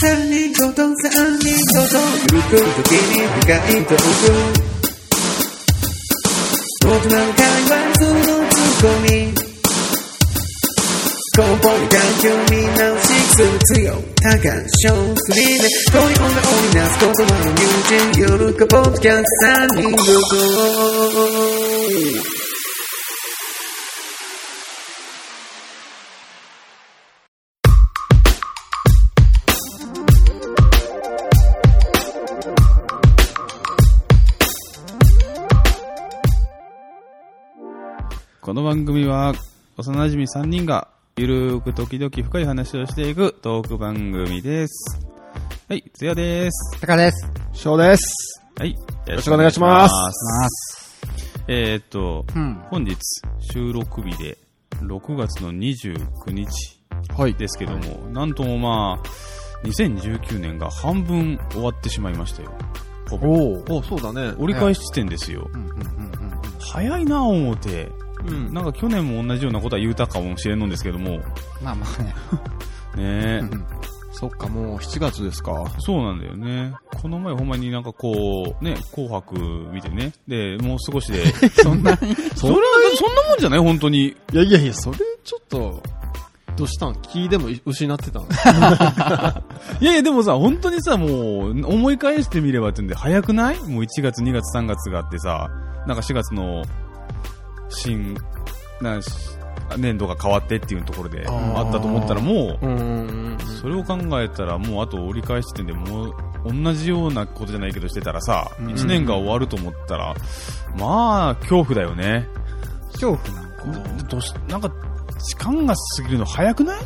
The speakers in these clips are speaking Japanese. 三人ごと三人ごとゆく時に深いトーク僕なんかはそのツッコミ根本環境見直しする強多感症フリーで恋女を織りなす言葉の友人夜かポッドキャスト三人ごとこの番組は幼馴染3人がゆるーく時々深い話をしていくトーク番組です。はい、つやです。タカです。翔です。はい、よろしくお願いしますえーっと、うん。本日収録日で6月の29日はい。ですけども、なんともまあ、2019年が半分終わってしまいましたよ。ほぼおお、そうだね。折り返し地点ですよ。うんうんうんうん。早いな、思うて。うんなんか去年も同じようなことは言うたかもしれんのんですけども、ねまあまあね。 え、うんそっか、もう7月ですか。そうなんだよね。この前ほんまになんかこう、ね、紅白見てね。で、もう少しで。 そんなにそれは、そんなもんじゃない本当に。いやいやいや、それちょっと、どうしたん気でも失ってたのいやいや、でもさ、本当にさ、もう、思い返してみればってんで、早くないもう1月、2月、3月があってさ、なんか4月の、新、なんし年度が変わってっていうところで、あーあったと思ったらもう、うーん。それを考えたら、もうあと折り返し地点でもう、同じようなことじゃないけどしてたらさ、うん1年が終わると思ったら、まあ、恐怖だよね。恐怖なのかなどうし、なんか、時間が過ぎるの早くない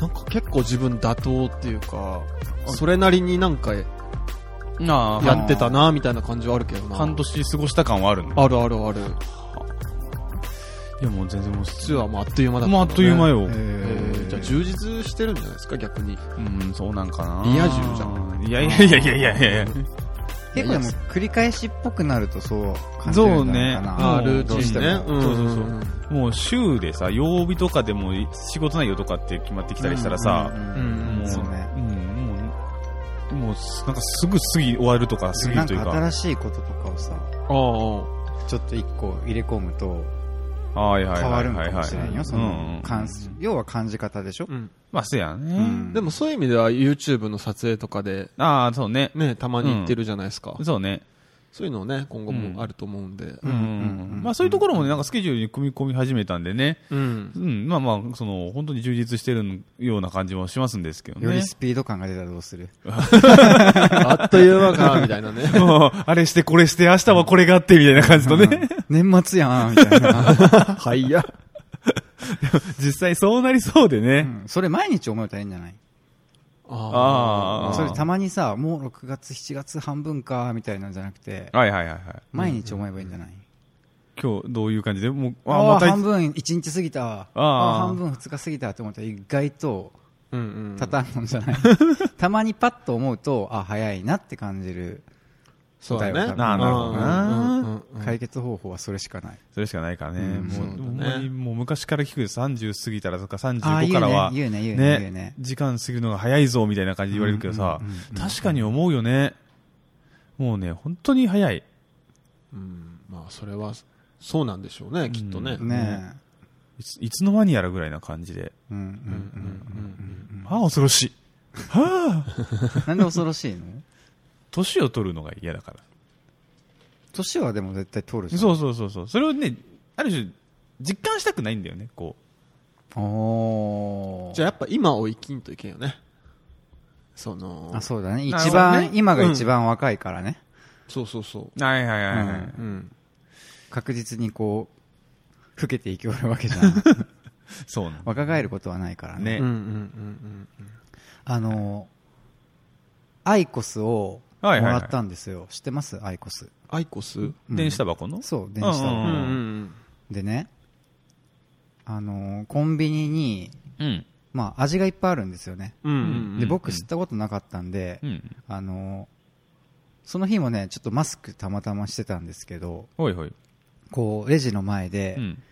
なんか結構自分妥当っていうか、それなりになんかやなやってたな、みたいな感じはあるけどな。半年過ごした感はあるのあるあるある。いや、もう全然もう、 2はもうあっという間だった、もうあっという間よ。よ。えーじゃあ充実してるんじゃないですか、逆に。うん、そうなんかな。リア充じゃんいやいやいやいやいやいやいや。結構でも繰り返しっぽくなるとそう感じそるうんだね。ろうかもな。うあールーティンどねしてもうんそうそうそう。もう週でさ、曜日とかでも仕事内容とかって決まってきたりしたらさ、うんうんううんんもう、そうねうん、もう、もう、なんかすぐ過ぎ終わるとか、過ぎなるんというかか。新しいこととかをさ、ああ、ちょっと一個入れ込むとはいはい変はわいるんはかいはもしれんよ。そのうん、感要は感じ方でしょう。ん。まあ、せやね。うんでもそういう意味では YouTube の撮影とかで、ああ、そうね。ね、たまに行ってるじゃないですか。そうね。そういうのね、今後うんもあると思うんで。うんうんうんまあ、そういうところもね、なんかスケジュールに組み込み始めたんでね。うんう。ん、まあまあ、その、本当に充実してるような感じもしますんですけどよねり。スピード感が出たらどうするあっという間か、みたいなね。 あれしてこれして、明日はこれがあって、みたいな感じの ね。年末やん、みたいな。はいや。実際そうなりそうでうね。んそれ毎日思えたらいいんじゃないああ。それたまにさ、もう6月、7月半分か、みたいなんじゃなくて、はいはいはいはい。毎日思えばいいんじゃない今日どういう感じでもう、ああまた半分1日過ぎたわ。ああーあ半分2日過ぎたと思ったら意外とうんうん。たたんのじゃない、たまにパッと思うと、あ、早いなって感じるそうだね。だよなあなるほどなうんうんうん解決方法はそれしかない。それしかないからね。うんもう、そうだねほんまにもう昔から聞くよ30過ぎたらとかああ、 35言からはうね、、言うね、言うね、言うね。時間過ぎるのが早いぞみたいな感じで言われるけどさうんうんうん、うん確かに思うよね。もうね、本当に早い。うんまあ、それは、そうなんでしょうね、きっとね。ねいついつの間にやらぐらいな感じで。え。うんううんうんんうんああ、恐ろしい。はあ、うん。なんで恐ろしいの年を取るのが嫌だから。年はでも絶対通るじゃん。。そううそうそうそう。それをね、ある種、実感したくないんだよね、こおーじゃあやっぱ今を生きんといけんよね。その、あ、そそうだね。なるほ一どね。番、今が一番若いからね。うそうそう。はいはいはいはいうん。確実にこう、老けていきおるわけじゃ ん。そうなん若返ることはないからね。ねうんうんうんうんうん。あの、アイコスをもはいはいはいらったんですよ。知ってますアイコス。アイコスうんうん電子タバコのそう、電子タバコうんうんうん。でね、あの、コンビニに、うん。まあ、味がいっぱいあるんですよね。うんうんうんで、僕知ったことなかったんで、うん。あの、その日もね、ちょっとマスクたまたましてたんですけど、ほいほい。こう、レジの前で、うん。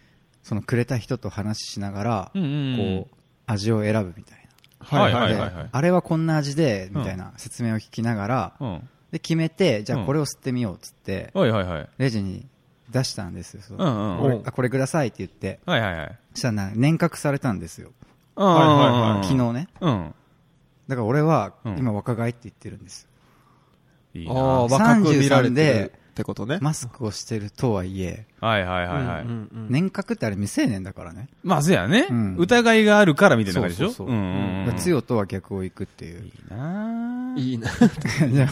そのくれた人と話ししながら、うんうんうんこう、味を選ぶみたいな。はいはいではいはい。あれはこんな味でみたいな説明を聞きながら、うん。で決めてじゃうんあこれを吸ってみようっつって、はいはいはい。レジに出したんですよ、そううんうんこうん。れあこれくださいって言ってはいはいはい。そしたらな年賀来されたんですよ、はい昨日。ねうん。だから俺はうん今若返って言ってるんですよ、いいな。ああ、は若く見ら33れてるでってことね。マスクをしてるとはいえいはいはいはういんう。んうん年賀来ってあれ未成年だからね、まあ、そうやねうん。疑いがあるからみたいな感じでしょそうそううそうんうんうだかん。ら強とは逆を行くっていういいなあい いな。じゃ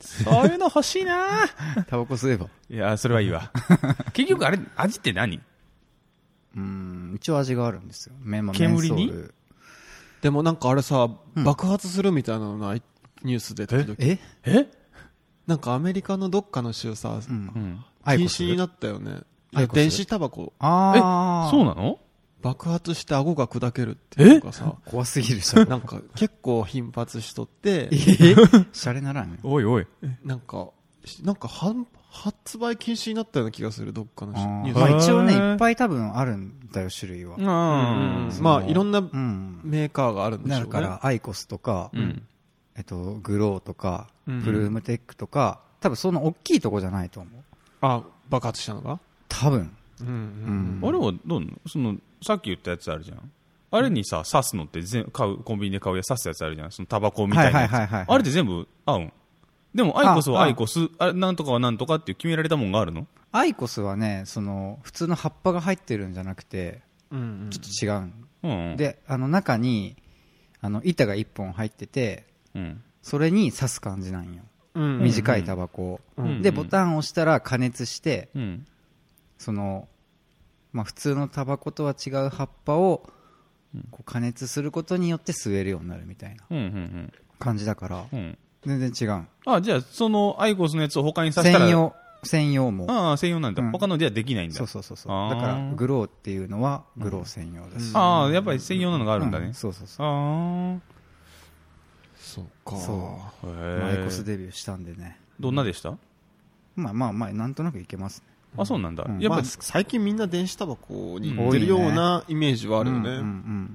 そういうの欲しいなああ タバコ吸えば いや、それはいい わ。結局あれ、味って何うん一応味があるんですよメンマ煙にメンソールでもなんかあれさ、うん爆発するみたいなのないニュースで時々ええなんかアメリカのどっかの州さ、うんうん。アイ禁コス止になったよね。いアやイコス電子タバコえ、ああそうなの爆発して顎が砕けるっていうのがさ、怖すぎるしゃなんか結構頻発しとってえ、 シャレならんよおいおい。なんか、しなんか販発売禁止になったような気がする、どっかのしあニューーまスあで。一応ねいっぱい多分あるんだよ種類はうん。うんはまあいろんなうんメーカーがあるんでしょうだね。からアイコスとかんえっとグローとかうんプルームテックとか多分そんな大きいとこじゃないと思うあ、爆発したのが多分うんうんあれはどうなのその、さっき言ったやつあるじゃん。あれにさ、刺すのって全、買う、コンビニで買うやつ刺すやつあるじゃん。そのタバコみたいなやつ。はいはいはいはいあれって全部合うん。でも、アイコスはあアイコス、あれなんとかはなんとかっていう決められたもんがあるのアイコスはねその普通の葉っぱが入ってるんじゃなくてうんうん。ちょっと違うんうん。、であの中にあの板が1本入っててうん。それに刺す感じなんようんうん短いタバコを、うんでボタンを押したら加熱してうん。その、まあ、普通のタバコとは違う葉っぱをこう加熱することによって吸えるようになるみたいなうん。うん。感じだからうん。うん。全然違うあ、じゃあ、その、アイコスのやつを他に刺したら。専。用専用もああ、専用なんだ。うん他のではできないんだ。そうそうそうそあうーだからグローっていうのはグロー専用だし、ああ、やっぱり専用なのがあるんだね。うそうそうそうあそうか。そあ。まあアへイコスえ。デビューしたんでねどんなでしたまあまあまあなんとなくいけますねあ、そうなんだう。んやっまぱあ、最近みんな電子タバコにうん行ってるようなイメージはあるようんうんうね。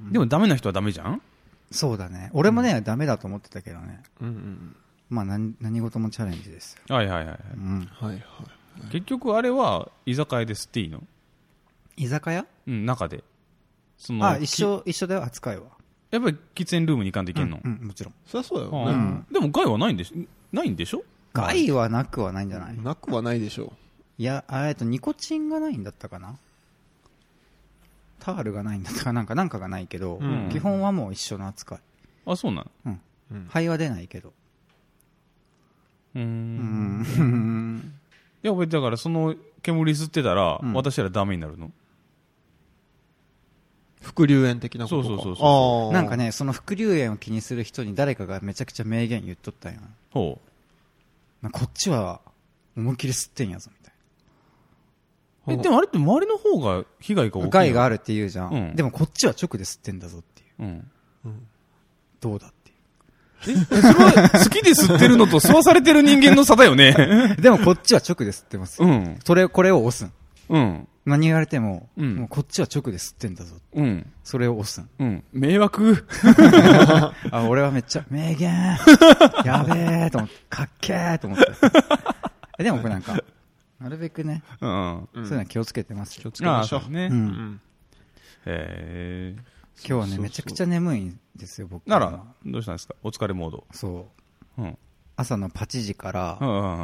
んでもダメな人はダメじゃんそうだね俺もね、ダメだと思ってたけどねうんうんまあ何何事もチャレンジですよ、はいはいはい。うん、はいはい。結局あれは居酒屋で吸っていいの居酒屋うん、中で。そのあ一緒一緒だよ扱いはきやっぱり喫煙ルームに行かんといけんの、うん、もちろんそりゃそうだああよね。でも害はないんでしないんでしょ害はなくはないんじゃないなくはないでしょいやあえっとニコチンがないんだったかなタールがないんだったかなんかなんかがないけど、うん基本はもう一緒の扱い、あ、そうなのうんうん肺は出ないけどうー。うんんいや、俺、だからその煙吸ってたら、うん私らダメになるのう。副流煙的なことか。そうそうそうああなんか。ねその副流炎を気にする人に誰かがめちゃくちゃ名言言っとったんやほ。なこっちは思いっきり吸ってんやぞみたいうえ、でもあれって周りの方が被害が大きいなの。害があるって言うじゃん、うんでもこっちは直で吸ってんだぞっていううん。どうだっていえ、それは好きで吸ってるのと吸わされてる人間の差だよね。うでもこっちは直で吸ってますよ、うん。それこれを押すんうん。何言われても、うんもうこっちは直で吸ってんだぞうん。それを押すんうん。迷惑。あ俺はめっちゃ名言やべえと思ってかっけえと思ってえでも僕なんかなるべくね、うん。うんそういうのは気をつけてます気をよつけましょあう。ーね。うへんうんえ。今日はねめちゃくちゃ眠いんですよ僕なら、どうしたんですかお疲れモード。そううん。朝の8時からうんうんうん。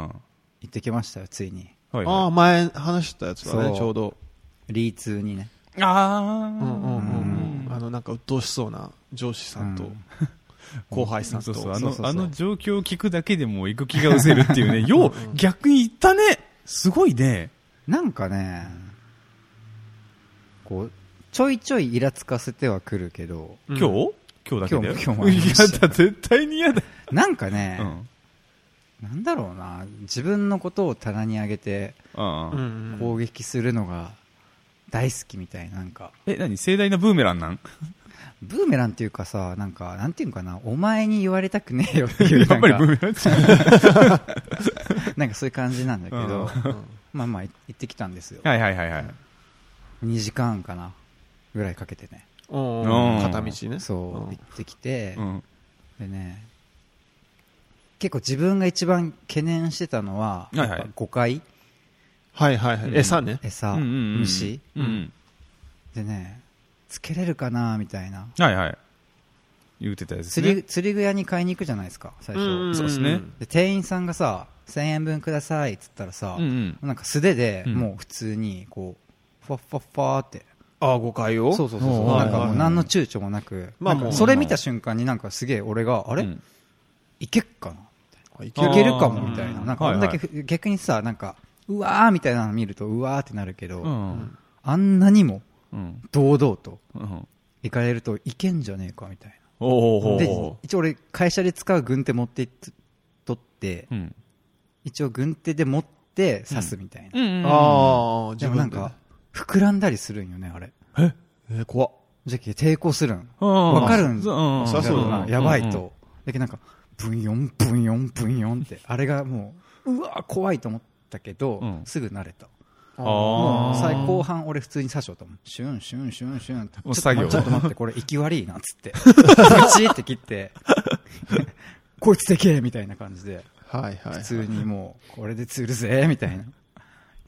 行ってきましたよついにはいはい。ああ、前話したやつだそね、うちょうど。リーツーにねあうーんうんうんうんう。んあの、なんか鬱陶しそうな上司さんうとん、後輩さんそと。うそう、あそうそうそうの、あの状況を聞くだけでも行く気がうせるっていうね、よう、逆に言ったねすごいね。なんかねこうちょいちょいイラつかせてはくるけどうん今日今日だけだよ。今日も今日もありいまやしただ、絶対に嫌だ。なんかうん。うね、んなんだろうな自分のことを棚に上げてうんううん。んうん攻撃するのが大好きみたいなんかえ、何盛大なブーメランなんブーメランっていうかさなんかなんていうのかなお前に言われたくねえよって いうやなっんぱかりブーメランなんかそういう感じなんだけど、うんまあまあい行ってきたんですよはいはいはいはい。 2時間かなぐらいかけてねあうんうん片道ね。そう、ん行ってきて、うん。でね、結構自分が一番懸念してたのはは、いはいやっぱ誤解、はいはいはい。餌ね。餌、うんうんうん虫うん。でね、つけれるかなみたいな。はいはい。言うてたやつ釣ね。り、釣り具屋に買いに行くじゃないですか、最初。んそうですねで店員さんがさ1000円分くださいっつったらさ、うんうん。なんか素手でうんもう普通にこうファッファッファーって、ああ、誤解をそうそうそうおそうーはいなんかはいもはうい何の躊躇もなく、まあなんかもうそれ見た瞬間になんかすげえ俺があれ、うんいけっかなあいけあーいけるかもみたいなうんなんかあんだけふ、逆にさなんかうわーみたいなの見るとうわーってなるけど、うん。あんなにもうん。堂々とうん。行かれるといけんじゃねえかみたいおなおで一応俺会社で使う軍手持っていっとって、うん。一応軍手で持って刺すみたいな、うんああ、で自もな分んでねか。、膨らんだりするんよね、あれ。えー、怖っ。じゃけ抵抗するん。あ。わかるんうん。そりゃそうだななやばいと。だけどなんか、ブンヨン、ブンヨン、ブンヨンって、あれがもう、うわー怖いと思ったけどうん、すぐ慣れた。あもあう。最後。半俺普通に刺しようと思う。シュン、シュン、シュン、シュンって。ちょもうっ作業とちょっと待って、これ、息悪い な、つって。ブチって切って、こいつでけえみたいな感じで、はいはい。普通にもう、これで釣るぜ、みたいな。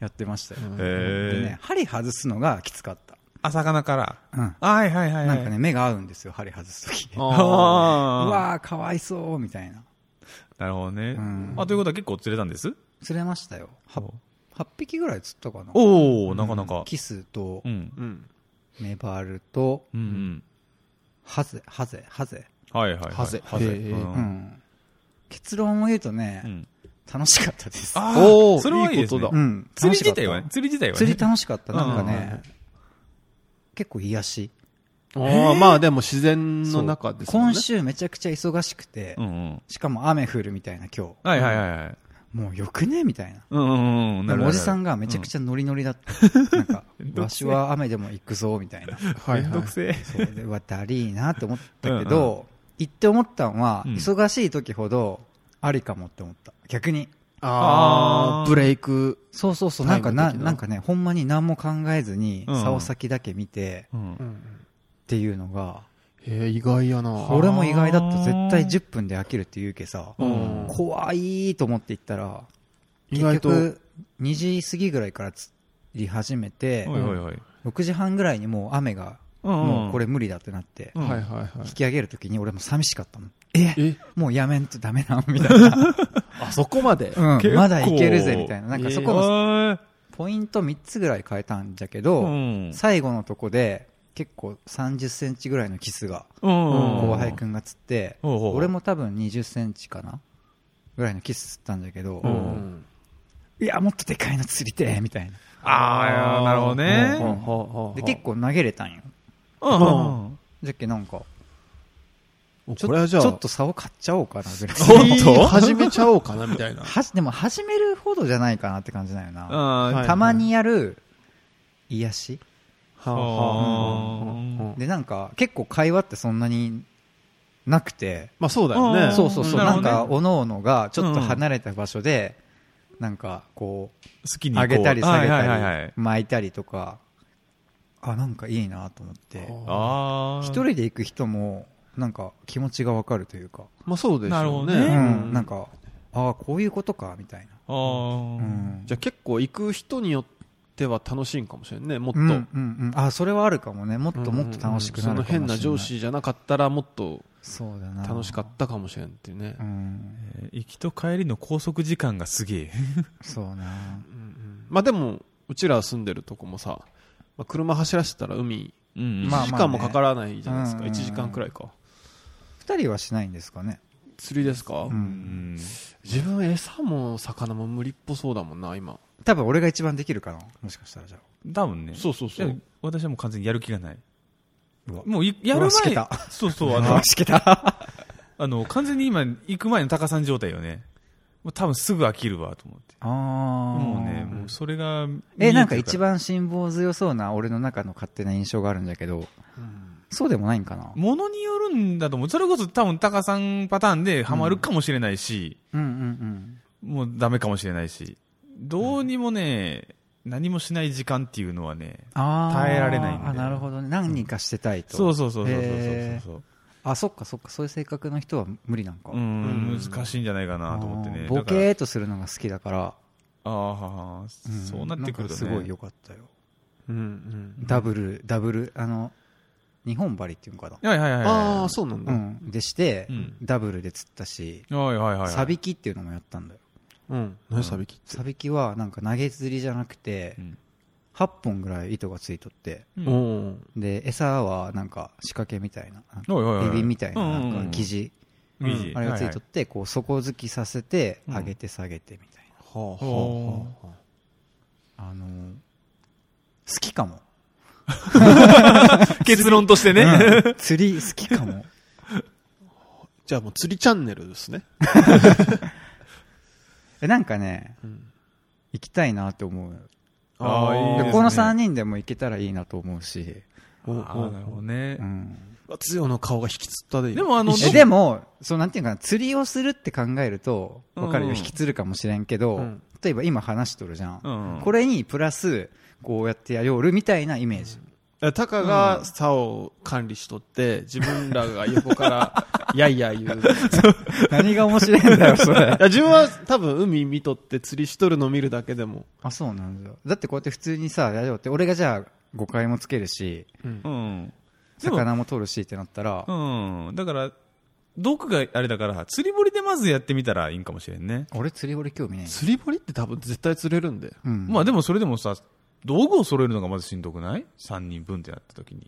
やってましたよ。でへえね。、針外すのがきつかった。あ、魚から。うん。はいはいはい。なんか。ね、目が合うんですよ、針外すとき。うあああ。わー、かわいそう、みたいな。なるほどねうん。あ、ということは結構釣れたんです釣れましたよ。8, 匹ぐらい釣ったかな。おおなかなか。キスとう、んー。うん。メバルと、うんうん。ハゼ、ハゼ、ハゼ。はいはいはい。ハゼハゼ。へえううん。ん結論を言うとね、うん楽しかったです。あおあ、ーそれはいいですいいねこう。ん。釣り自楽しかった体はね、釣り自体はね。釣り楽しかった。なんかうんうんうねん、結構癒し。ああ、まあでも自然の中ですもん今ね。週めちゃくちゃ忙しくてう、んうん。しかも雨降るみたいな今日。はいはいはいはい。もうよくねみたいな。うんうんうん。でなるほもど。おじさんがめちゃくちゃノリノリだった。な んか、わしは雨でも行くぞ、みたいな。はめいんはどいく。せえ。そうで、うわ、だりーなって思ったけど、行って思ったんは、うん忙しい時ほど、ありかもって思った。逆に。ああーあ、ブレイク。そうそうそう、なんかな、タイム的ななんかね、ほんまに何も考えずに、うん竿先だけ見て、っうん。ていうのが、えー、意外やな。俺も意外だった。絶対10分で飽きるって言うけさ、うん怖いと思って行ったら、意結外と。局、2時過ぎぐらいから釣り始めて、はいはいはい。 6時半ぐらいにもう雨が、うんうんもうこれ無理だってなって、うんはいはいはい引。き上げるときに俺も寂しかったもん。ええもうやめんとダメな、みたいな。あそこまでう結ん、構まだいけるぜ、みたいな。なんかそこもはポイント3つぐらい変えたんじゃけいど、うん。最後のとこで結構30センチぐらいのキスが、後後輩くんが釣って、おうおう俺も多分20センチかなぐらいのキス釣ったんだけど、うん。いや、もっとでかいの釣りてえ、みたいな。ああ、なるほどね。ほうほうほうで、結構投げれたんよ。うんうんうんじゃっけなんか、おちょこれはじゃあ、ちょっと竿買っちゃおうかなぐらい。本当始めちゃおうかなみたい な。はじでも始めるほどじゃないかなって感じだよな。あはいたまにやる癒しはあはあうんでなんか結構会話ってそんなになくてまあそうだようね。んそうそうそうなるなほんどねかおのおのがちょっと離れた場所でなんかこう好きにこう上げたり下げはいはいはいたはりい巻いたりとかあなんかいいなと思ってああ。一人で行く人もなんか気持ちがわかるというかまあそうでしょうね。なるほどうねんなん。かああこういうことかみたいあなーうんじゃあ結構行く人によっては楽しいんかもしれんね。もっと。うんうんうんあそれはあるかもねもっともっと楽しくなるかもしれその変なない上司じゃなかったらもっとそうだな楽しかったかもしれんっていうねう。んえー行きと帰りの拘束時間がすげえ。そうなうんうんまあでも、うちら住んでるとこもさ、まあ、車走らせたら海、うんまあ1時間もかからないじゃないですうか。んうん1うん時間くらいか。二人はしないんですかね釣りですかううんん。自分餌も魚も無理っぽそうだもんな、今。多分俺が一番できるかなもしかしたらじゃあ多分ね。そうそうそいやう。私はもう完全にやる気がない。うわもうい、やる前うわしけた。そう そう、ああのあ、しけたあの、完全に今、行く前の高さん状態よね。もう多分すぐ飽きるわ、と思って。あーもうね、もうそれが。えなんか一番。番辛抱強そうな俺の中の勝手な印象があるんだけどそうでもないんかなものによるんだと思う。それこそ多分高さんパターンでハマるかもしれないし、うんうんもうダメかもしれないし。どうにもね、何もしない時間っていうのはね、あー耐えられないんであなるほどね何人かしてたいと、そうそうそうそうそうへーそうあそっかそっかそういう性格の人は無理なんか、そう。うん、難しいんじゃないかなと思ってね。あーボだからケーっとするのが好きだから、ああ、んそうなってくるとね。なんかすごい良かったようんうん。ダブルダブルあの日本針っていうのかなはいはいはいはい。ああ、そうなんだ。うん、でして、うんダブルで釣ったし、はいはいはい。サビキっていうのもやったんだようん。何サビキって。サビキはなんか投げ釣りじゃなくて、うん。 8本ぐらい糸がついとってうおん。お。で餌はなんか仕掛けみたいななんかおいおいおいエビみたいなうんうんうんなんか生地、うんビジあれがついとはってこう底付きさせてうん上げて下げてみたいはあはあほはあ。な、あのー好きかも、い はい結論として ね。うん釣り好きかも じゃあもう釣りチャンネルですね。えなんかねうん。行きたいなって思うあーいいでですねこの3人でも行けたらいいなと思うし、おうおうああ、なるほどねう。ん、あつよの顔が引きつったで。でもあの一え瞬でもそうなんていうかな釣りをするって考えるとわかるよ、うん引き釣るかもしれんけど、うん例えば今話しとるじゃん、うんこれにプラスこうやってやりょうるみたいなイメージ、えタカが竿を管理しとって、自分らが横 から、やいや言う。い何が面白いんだよそれや、自分は多分海見とって釣りしとるの見るだけでも。あそうなんだよだってこうやって普通にさやりょうって俺がじゃあ誤解もつけるしうんう。ん。でも魚も取るしってなったら、うん。だから、毒があれだから、釣り堀でまずやってみたらいいんかもしれんね。俺釣り俺興味ない、釣り堀って多分絶対釣れるんで。うんまあでもそれでもさ、道具を揃えるのがまずしんどくない ?3 人分ってなった時に。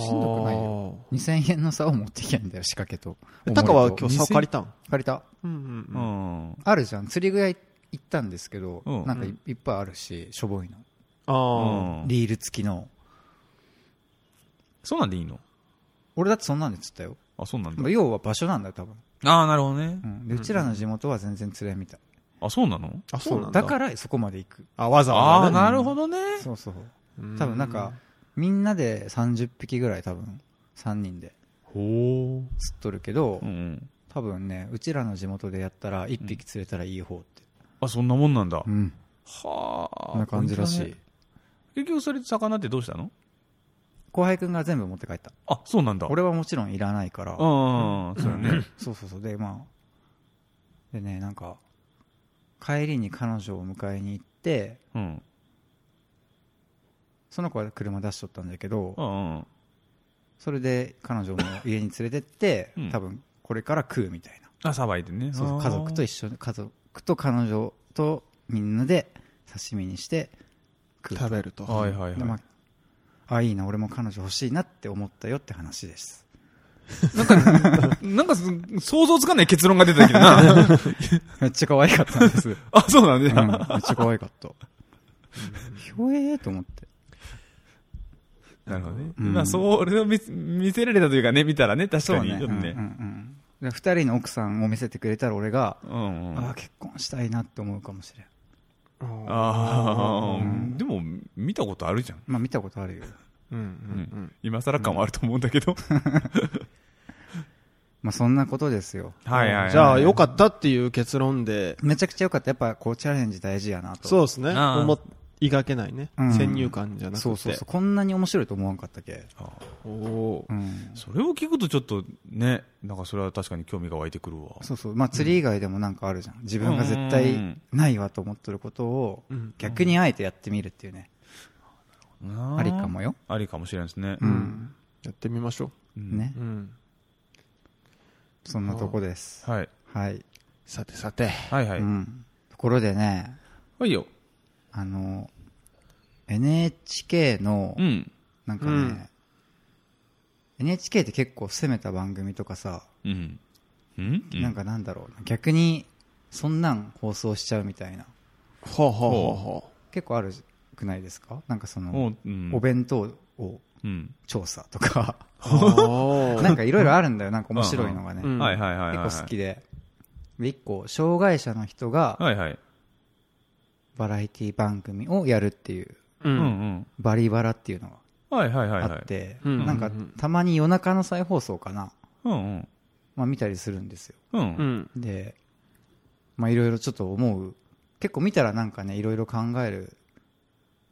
しんどくないよ2000円の竿を持ってきゃいいんだよ仕掛けとあー。タカは今日日竿借りたん借りたうんう。ん。あるじゃん釣り具屋行ったんですけど、うんなんかいいっぱいあるししょぼいのああ。うんリール付きのそうなんでいいの俺だってそんなんで釣ったよあ、そうなんだまあ。要は場所なんだよ多分、ああ、なるほどねう。ん、でうちらの地元は全然釣れんみたい、あ、そうなのあ、そうなんだ。だからそこまで行くあ、わざああわー、ざね。なるほどね。そうそううん多分なんか、みんなで30匹ぐらい多分3人でほ釣っとるけど、うんうん。多分ねうちらの地元でやったら1匹釣れたらいい方ってあ、そんなもんなんだ。うん、はあ。こんな感じらしい、本当だね結局それ魚ってどうしたの後輩くんが全部持って帰ったあ、そうなんだ。俺はもちろんいらないからうん、そうよね。そうそうそうでまあでねなんか帰りに彼女を迎えに行ってうん。その子は車出しとったんだけどうんうん。それで彼女も家に連れてって、うん多分これから食うみたいなあ、さばいてね。そう家族と一一緒に家族と彼女とみんなで刺身にして食う食べると。はいはいはい。でまああいいな俺も彼女欲しいなって思ったよって話ですなんか、想像つかない結論が出てたけどな。 めっちゃ可愛かったんです、うん、あ、そうなんめっだ。ちゃ可愛かったひょえーと思ってなるほどね。うんまあ、それを見見せられたというかね、見たらね、確かに。ちうょっとんうんうね。んで二人の奥さんを見せてくれたら俺が、うんうん。ああ結婚したいなって思うかもしれんああ、うんでも、見たことあるじゃん。まあ見たことあるようんううんん今更感はあると思うんだけど。まあそんなことですよう ん。はいはいはい。じゃあ、良かったっていう結論で、めちゃくちゃ良かった。やっぱこうチャレンジ大事やなと。そうですね。あー思いがけないねうん。先入観じゃなくて。そうそうそうこんなに面白いと思わんかったけ。おおう。ん。それを聞くとちょっとね、なんかそれは確かに興味が湧いてくるわ。そうそう。まあ釣り以外でもなんかあるじゃん。自分が絶対ないわと思ってることをうん逆にあえてやってみるっていうね。あありかもよ。ありかもしれないですね。ううんん。やってみましょうんねう。う。ん。そんなとこです。はい。はい。。さてさて。はいはいうん。ところでね、はいよ。あの、NHK のう、ん。なんかね、NHK って結構攻めた番組とかさ、うん。うんなんかなんだろうな、逆にそんなん放送しちゃうみたいな。ほうほうほうほ結構あるくないですかなんかそおの、うん。お弁当をうん。調査とか、 う。おなーんかいろいろあるんだよ、なんか面白いのがね。うんうんはいはいはいはい。結構好きで。で、一個、障害者の人がはいはい。バラエティ番組をやるっていう、う。うんうんん。バリバラっていうのがはいはいはいはい。あっ。て、うんなんかたまに夜中の再放送かな、うんうん。まあ見たりするんですよ。う。うんん。で、まあいろいろちょっと思う。結構見たらなんかね、いろいろ考える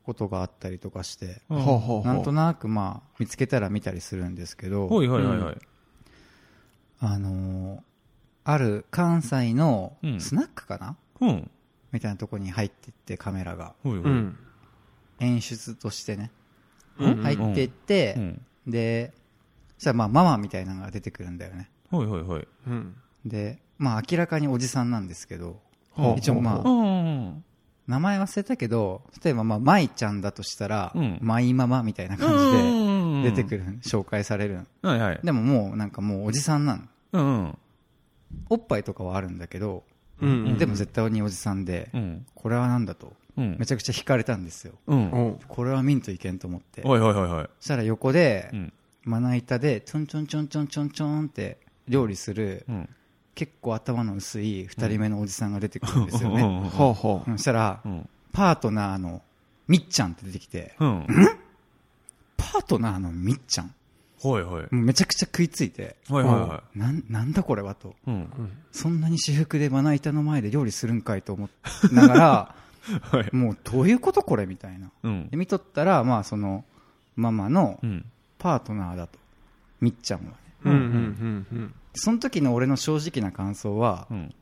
ことがあったりとかして、うんほうほうほうなんとなくまあ見つけたら見たりするんですけど、はいはいはいはい。あのーある関西のうんスナックかな、うん。みたいなとこに入ってってカメラがほいほうい。ん。演出としてね、うん入ってって、うん。でそしたらまあママみたいなのが出てくるんだよねほいほいほい。うん。でまあ明らかにおじさんなんですけどほう一応まほあうう。ほうん名前忘れたけど例えばまあ舞ちゃんだとしたら、うん舞ママみたいな感じで出てくる、紹介されるのる。はいはい。でももうなんかもうおじさんなのうんうん。おっぱいとかはあるんだけど、うんうんでも絶対におじさんで、うん。これはなんだとうんめ。ちゃくちゃ惹かれたんですようん。おうこれは見んといけんと思ってはいはいはいはい。そしたら横で、うん。まな板でちょんちょんちょんちょんちょんちょんって料理する、うん。結構頭の薄い2人目のおじさんが出てくるんですよね、うんほうほううんそしたら、うん。パートナーのみっちゃんって出てきてうん。パートナーのみっちゃんほいほい。はいもうめちゃくちゃ食いついてはいはなんなんだこれはとい。うん。そんなに私服でまな板の前で料理するんかいと思いながら はい。もうどういうことこれみたいなうんで。見とったらまあそのママのうん。パートナーだとみっちゃんはねうんうんうんうん。その時の俺の正直な感想はうん。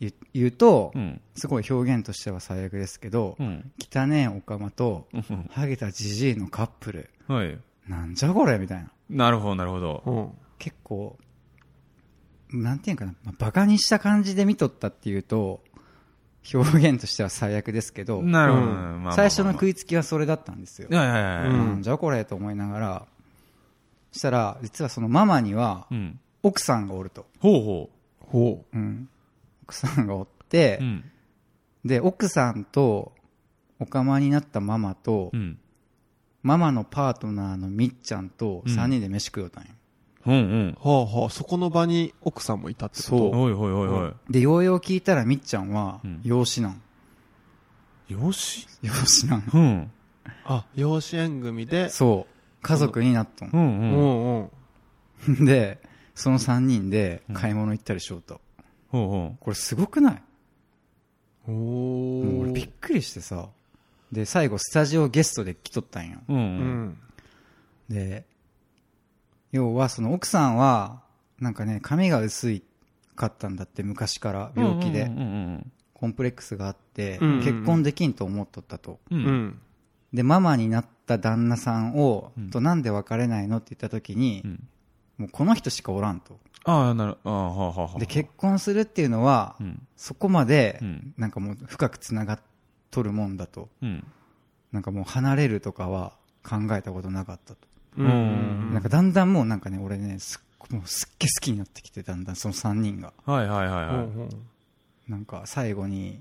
言う言うと、うん。すごい表現としては最悪ですけど、うん。汚ねえオカマと、うんハゲたジジイのカップル、はい。なんじゃこれみたいな。なるほどなるほど。ほ結構、なんていうんかな、まあ、バカにした感じで見とったっていうと、表現としては最悪ですけど、なるほど。うんまあまあまあ最初の食いつきはそれだったんですよ。はいはいはいはうい。んなんじゃこれと思いながら、そしたら、実はそのママにはう、ん。奥さんがおると。ほうほう。ほうん奥さんがおって、う。うん。で、奥さんと、おかまになったママと、うん。ママのパートナーのみっちゃんとうん3人で飯食うよったんよ、うんうんう。。ほうほう。そこの場に奥さんもいたってことそほいほいほいほでようよう聞いたらみっちゃんはうん養子 なん、い。よし。養子なんうん。あ、養子縁組で。そう家族になっとうんんううん。んう ん。でその3人で買い物行ったりしようと、ほうほこれすごくないおもう俺びっー。くりしてさで最後スタジオゲストで来とったんよう。うんう。うんん。で要はその奥さんはなんかね髪が薄いかったんだって昔から病気で、うんうんコンプレックスがあって、うんうんうん結婚できんと思っとったと、うんう。うんん。でママになった旦那さんを、うんとなんで別れないのって言った時に、うんもうこの人しかおらんとああ、なる、ああ、はあはあはあ。で結婚するっていうのは、うん。そこまで、うんなんかもう深くつながっとるもんだとうん。なんかもう離れるとかは考えたことなかったと、うんううんんなんかだんだんもうなんかね俺ねすっもうすっげえ好きになってきてだんだんその3人がはいはいはいうんうはい。んなんか最後に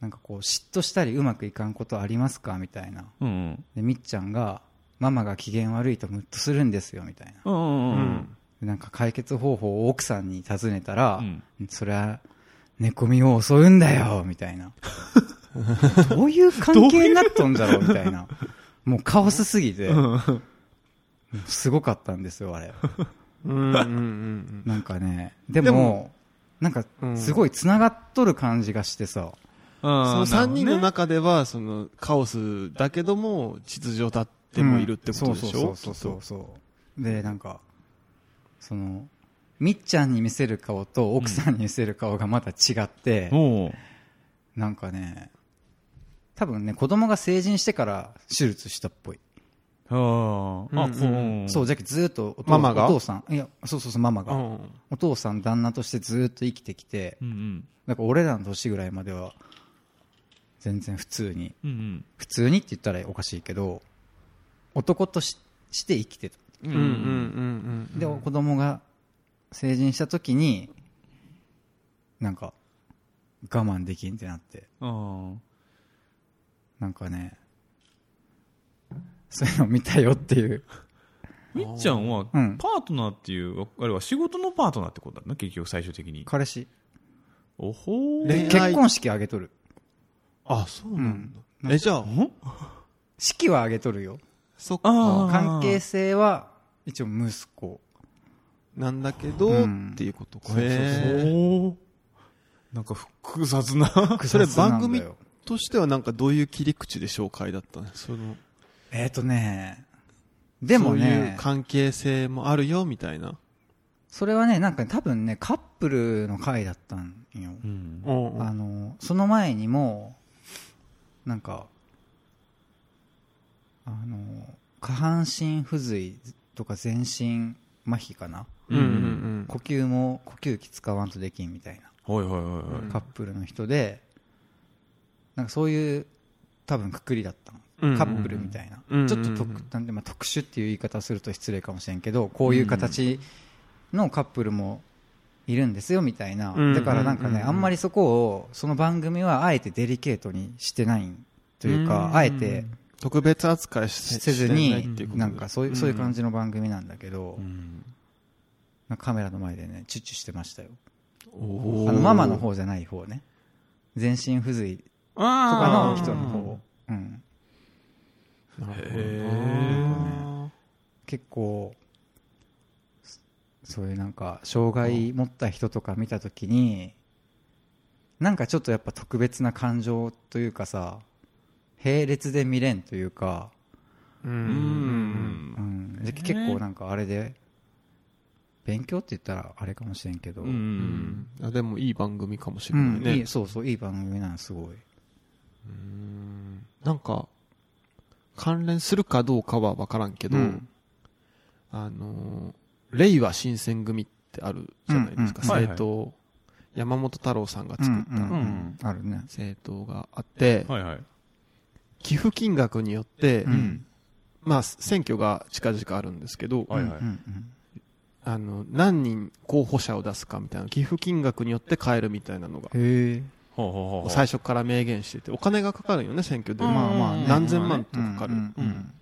なんかこう嫉妬したりうまくいかんことありますかみたいなうんうん。でみっちゃんがママが機嫌悪いとムッとするんですよみたいなうんうんううんん。なんか解決方法を奥さんに尋ねたら、うんそれは寝込みを襲うんだよ、みたいな。どういう関係になっとんじゃろう、みたいな。もうカオスすぎて、もうすごかったんですよ、あれ。うんうんうんなんかね、でも、でもなんかう、んすごい繋がっとる感じがしてさ、そその三人の中中では、その、カオスだけども、秩序立ってもいるってことでしょうんそうそうそうそうそう。で、なんか、その、みっちゃんに見せる顔と奥さんに見せる顔がまた違って、おうなんかね、多分ね、子供が成人してから手術したっぽい。ああ、あ、うんこう。そう、う。じゃけずーっとお父ママがお父さん、いや、そうそうそう、ママうが。んお父さん、旦那としてずーっと生きてきて、うんなんか俺らの年ぐらいまでは、全然普通に、うん。うん普通にって言ったらおかしいけど、男としして生きてた。う。うんんうんうんうん。で、子供が成人した時に、なんか、我慢できんってなって。あなんかね、そういうの見たよって いう。あ。みっちゃんは、パうんートナーっていう、あれは仕事のパートナーってことだな、結局最終的に。彼氏。おほ恋ー。愛結婚式あげとる。あ、そうなんだ。え、じゃあ、式はあげとるよ。そっあか。ー関係性は、一応息子。なんだけど、うんっていうことか。おへーお。なんか複雑な。それ複雑な番んだ組よとしてはなんかどういう切り口で紹介だったのそのえっ、とね、でもそういうね、そ関係性もあるよみたいな、れはね、なんかね多分ね、カップルの会だったんよ。うん。うんあの、その前にも、なんか、あの、下半身不随とか全身麻痺かな。うんうん呼吸も呼吸器使わんとできんみたいなはいはいはいはい。カップルの人で、なんかそういう多分くくりだったの。うんカップルみたいな、うんうんうんちょっと特なんで、まあ、特殊っていう言い方すると失礼かもしれんけどこういう形のカップルもいるんですよみたいな、うんうんうんだからなんかね、あんまりそこをその番組はあえてデリケートにしてないというか、うんあえて特別扱いしせずしていにっていうことなんかそういう,、そういう感じの番組なんだけど、うん。なんかカメラの前でねチュッチュしてましたよおーあのママの方じゃない方ね全身不随とかの人の方うんなるほどへな結構そそういうなんか障害持った人とか見た時になんかちょっとやっぱ特別な感情というかさ並列で見れんというか、ううんんう。ん、で結構なんかあれで勉強って言ったらあれかもしれんけど、ううんん。あでもいい番組かもしうれないんねいいそうそういい番組なんすごいうんなんか関連するかどうかは分からんけど、うんあのー令和新選組ってあるじゃないですか、うんうんうん政党、山本太郎さんが作っうたんうんうんうんあるね政党があって、はいはい。寄付金額によって、うんまあ選挙が近々あるんですけど、はいはうんい。うんあの何人候補者を出すかみたいな寄付金額によって変えるみたいなのがへえほうほうほうほう。最初から明言しててお金がかかるよね選挙で、まあまあね何千万とかかる、うんうん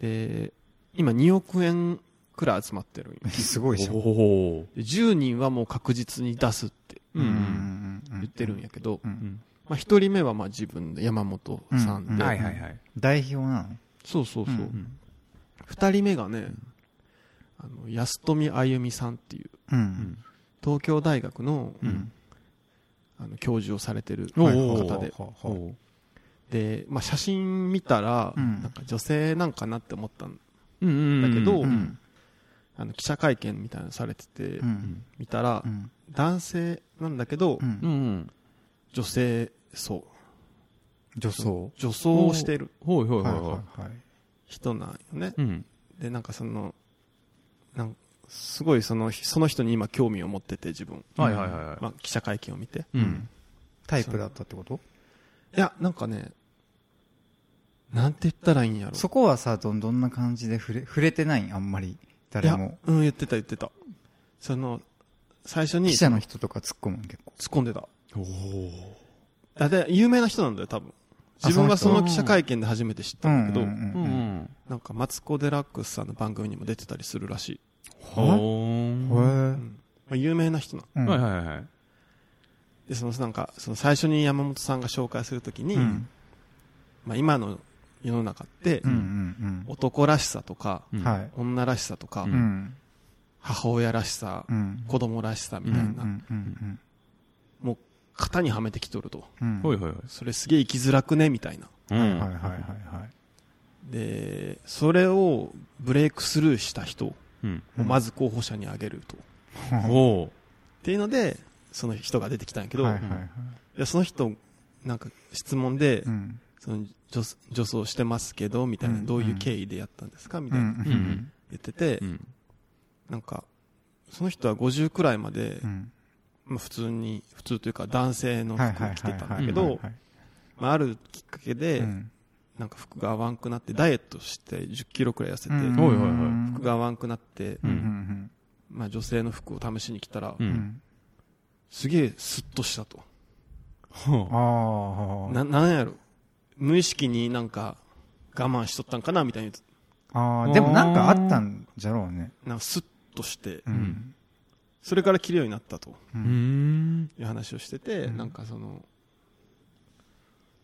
で今2億円くらい集まってるんようんすごいじゃんほうほうほうで10人はもう確実に出すってうんうん。言言ってるんやけど、うんうんまあ、1人目はまあ自分で山本さんで、うんはいはいはい。代表なのそうそうそう、うんう2人目がねあの安富あゆみさんっていううん東京大学の,、うんあの教授をされてるお方ーでほうほうほうほで、まあ、写真見たら、うんなんか女性なんかなって思ったんう。うんだけど、うんあの記者会見みたいなのされてて、うん見たら、うん男性なんだけど、うんうんうん。女性層女装女装をしてるほいほいほいはいほはいはい人なんよね、い。うん。でなんかそのなんすごいそのその人に今興味を持ってて自分、はいはいはいはい。まあ、記者会見を見てうん。タイプだったってこといやなんかねなんて言ったらいいんやろそこはさどんどんな感じで触れ触れてないあんまりい誰やもうん言ってた言ってたその最初に記者突っの人とか突っ込むん結構込んでたおお。あで有名な人なんだよ多分あ自分はそその人の記者会見で初めて知ったんだけうど、んうん。なんかマツコ・デラックスさんの番組にも出てたりするらしい、ほーん。へはうーんまあ、有名な人なんうんいはいはい。でそのなんかその最初に山本さんが紹介するときに、うんまあ、今の世の中って、うんうん男らしさとか、ううんんはい女らしさとか、ううん母親らしさ、うん子供らしさみうんうたいんな、うんもう型にはめてきとるとうんほいはほいほい。それすげえ生きづらくねみたいなういはいん。はいはいでそれをブレイクスルーした人をうん。うんまず候補者に挙げると、っおお。ていうのでその人が出てきたんやけど、はいはいいはいやその人なんか質問で、うんその女女装してますけどみたいな、うんどういう経緯でやったんですかみうたいな、うんん。言ってて、うん。なんかその人は50くらいまで、うんまあ、普通に普通というか男性のはいはい服はい着てたんだはいはけいどはいまああるきっかけで、うんなんか服が合わんくなってダイエットして1 0キロくらい痩せて、うんおいおいおい服が合わんくなって、ううんんうんまあ、女性の服を試しに着たら、う。うんうんんすげえスッとしたと、ほああななんやろ無意識になんか我慢しとったんかなみたいにああ、でもなんかあったんじゃろうね。なんかスッとして、うん。それから着るようになったとう。うん。いう話をしてて、なんかその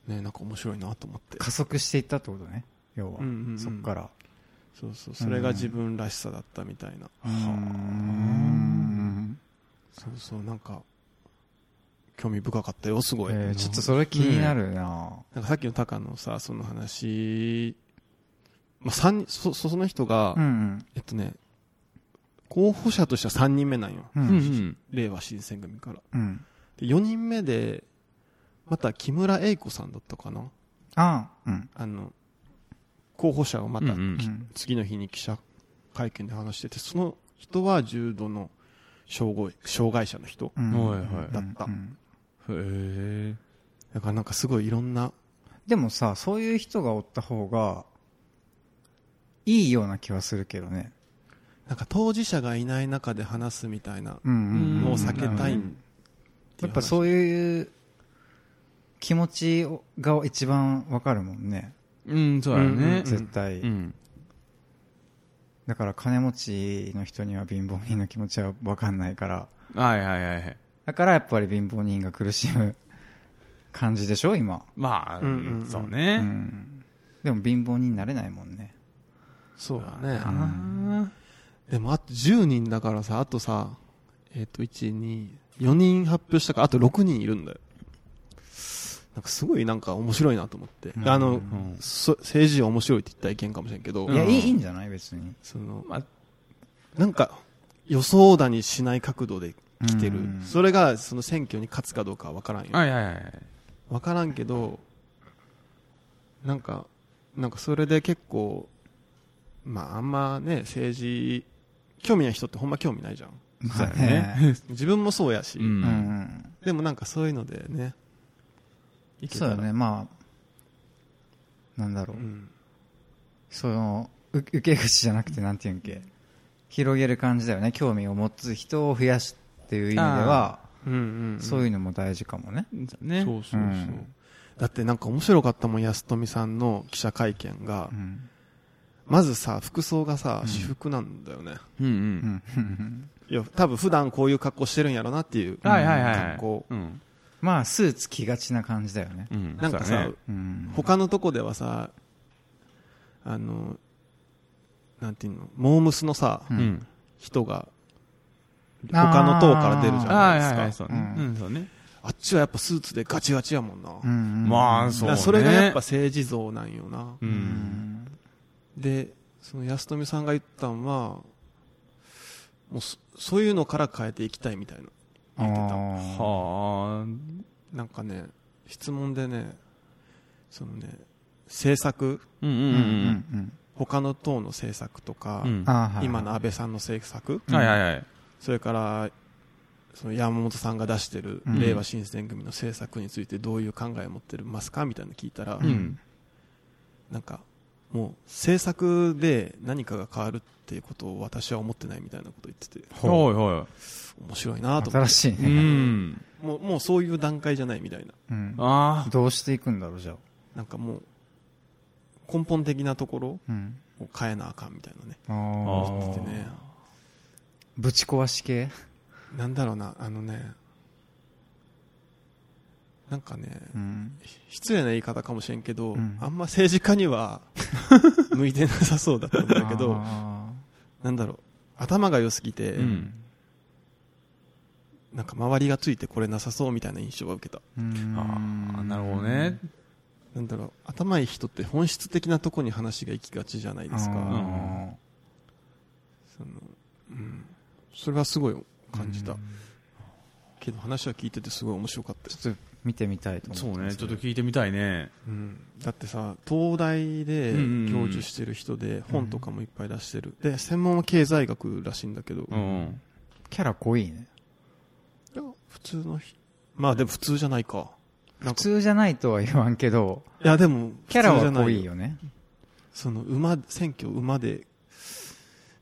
ねなんか面白いなと思って加速していったってことね。要はうんうんう。んそっから。そうそうそれが自分らしさだったみたいな、うーんそうそうなんか興味深かったよ、すごい。えーちょっとそれ気になるな、なんかさっきのタカのさ、その話、まあ、三人、そ、そその人が、うん、うんえっとね、候補者としては3人目なんよ。うんうんうん。令和新選組から。うんで、4人目で、また木村英子さんだったかなああうんあの、候補者をまうんた、うんうん次の日に記者会見で話してて、その人は重度の障害障害者の人。うんはいはいうんだったうんへえ。だからなんかすごいいろんな、でもさそういう人がおった方がいいような気はするけどねなんか当事者がいない中で話すみたいなうんうんうんのを避けたいうんやっぱそういう気持ちが一番わかるもんねうん、そうやね。絶対、うん。だから金持ちの人には貧乏人の気持ちはわかんないからはいはいはいはい。だからやっぱり貧乏人が苦しむ 感じでしょ今、まあ、うんうんうんそううね。ん、でも貧乏人になれないもんねそうだね。んあでもあと10人だからさ、あとさ、えっ、と、1、2、4人発表したから、あと6人いるんだよ。なんかすごいなんか面白いなと思って。うんあうの、ーうんそ政治面白いって言ったら意見かもしれんけど、いやうんいいいいんじゃない別にその、まあなんか、予想だにしない角度で来てる。うんそれが、その選挙に勝つかどうかは分からんよ。はいはいはい。分からんけど、なんか、なんかそれで結構、まああんまね、政治、興味ない人ってほんま興味ないじゃん。そうやね。自分も そうやし、ううんん。でもなんかそういうのでねいけそたうらだねまあなんだろう、うんそのう受け口じゃなくてなんていうんけ広げる感じだよね興味を持つ人を増やすっていう意味ではうんうんそういうのも大事かもねそうね。そうそうそう、うんだってなんか面白かったもん安富さんの記者会見が、うんまずさ服装がさ私服なんだよね、うんう。うんんうんいや多分普段こういう格好してるんやろなっていうはいはいはい。格好、うん。まあスーツ着がちな感じだよねうん。なんかそうやさ、ねうん他のとこではさあのなんていうのモームスのさ、ううんん。人があー他の党から出るじゃはないいではすいかはい、そうね。ううんん、そうね。あっちはやっぱスーツでガチガチやもんな。うんうんまあ、そうだかね。らそれがやっぱ、政治像なんよな。う。うんんで、その安富さんが言ったんは、もうそそういうのから変えていきたいみたいな。あ言ってたーはあ。なんかね、質問でね、そのね、政策、うんうんうんうんうん他の党の政策とか、うん。あーはい今の安倍さんの政策、はいはいはい。それから、その山本さんが出してるうん令和新選組の政策についてどういう考えを持ってますかみたいなの聞いたら、うん。なんか、もう政策で何かが変わるっていうことを私は思ってないみたいなこと言ってて、はいは面白いなと思っ新て。しいい。うん。ねもう、もうそういう段階じゃないみたいな。うんあどうしていくんだろうじゃあなんかもう、根本的なところうんを変えなあかんみたいなね。ああーー言っててね。ぶち壊し系なんだろうな、あのね、なんかね、うん失礼な言い方かもしれんけど、うんあんま政治家には 向いてなさそうだったんだけど、あなんだろう、頭が良すぎて、あ。うん。なんか周りがついてこれなさそうみたいな印象は受けた。ーうんああ、なるほどね。なんだろう、頭いい人って本質的なとこに話が行きがちじゃないですか。んあそのうん、それはすごい感じた。うんけど話は聞いててすごい面白かったー。ちょっと見てみたいと思そうね。ちょっとと聞いてみたいね。うん、だってさ、東大でうんうんうん教授してる人で本とかもいっぱい出してる。で、専門は経済学らしいんだけど、ういん。キャラ濃いねや普通の人、まあでも普通じゃないか。な普んか通じゃないとは言わんけどいやでも、キャラ普通じゃはない濃いよねその馬、選挙馬で、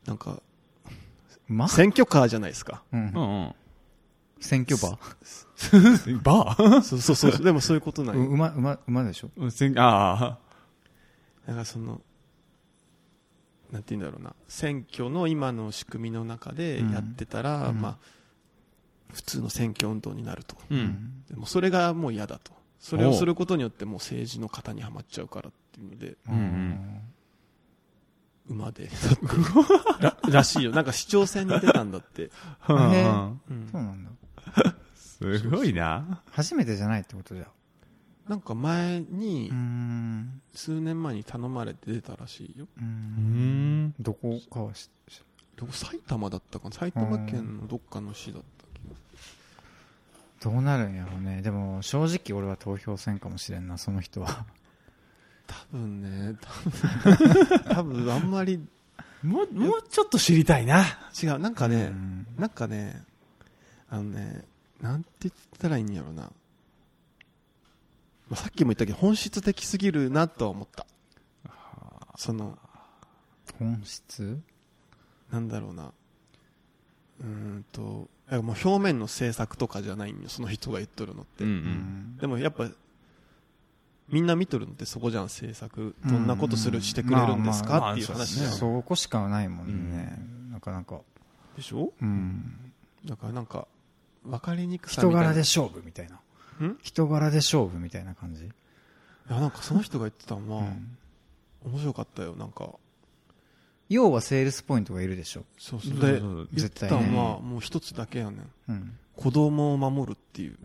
なんか、うま選挙カーじゃないですか。うんうん選挙馬うん。バーそうそうそう。でもそういうことな うい。馬馬馬でしょうんせんあだからその、なんて言うんだろうな、選挙の今の仕組みの中でやってたら、うんまあ、普通の選挙運動になると。あ。う。うんでもそれがもう嫌だと。それをすることによってもう政治の型にはまっちゃうからっていうので、うんうん馬で。ららしいよ。なんか市長選に出たんだって。へうーんうんそうなんだすごいな。初めてじゃないってことじゃ。なんか前に、うーん。数年前に頼まれて出たらしいよ。うー。うんん。どこかはし、どこ埼玉だったかな埼玉県のどっかの市だった気がどうなるんやろうね。でも、正直俺は投票せんかもしれんな、その人は。多分ね、多分、多分あんまり、もう、もうちょっと知りたいな。違う、なんかうね、ん。なんかね、あのね、なんて言ったらいいんやろな。まあさっきも言ったけど、本質的すぎるなとは思った。その、本質なんだろうな。うーんと、いやもう表面の制作とかじゃないんよ、その人が言っとるのって。う。ん。でもやっぱ、みんな見とるのってそこじゃん、制作。どんなことする、してくれるんですまあまあかっていう話じゃんまあそうそこしかないもんね。なかなか。でしょうん。だからなんか、わかりにくさ人みたいな。柄で勝負みたいな。ん人柄で勝負みたいな感じ。いや、なんかその人が言ってたのうは、ん面白かったよ、なんか。要はセールスポイントがいるでしょ。そうそうそでうそう、言ってた絶対ねのは、もう一つだけやねん。うん。子供を守るっていう。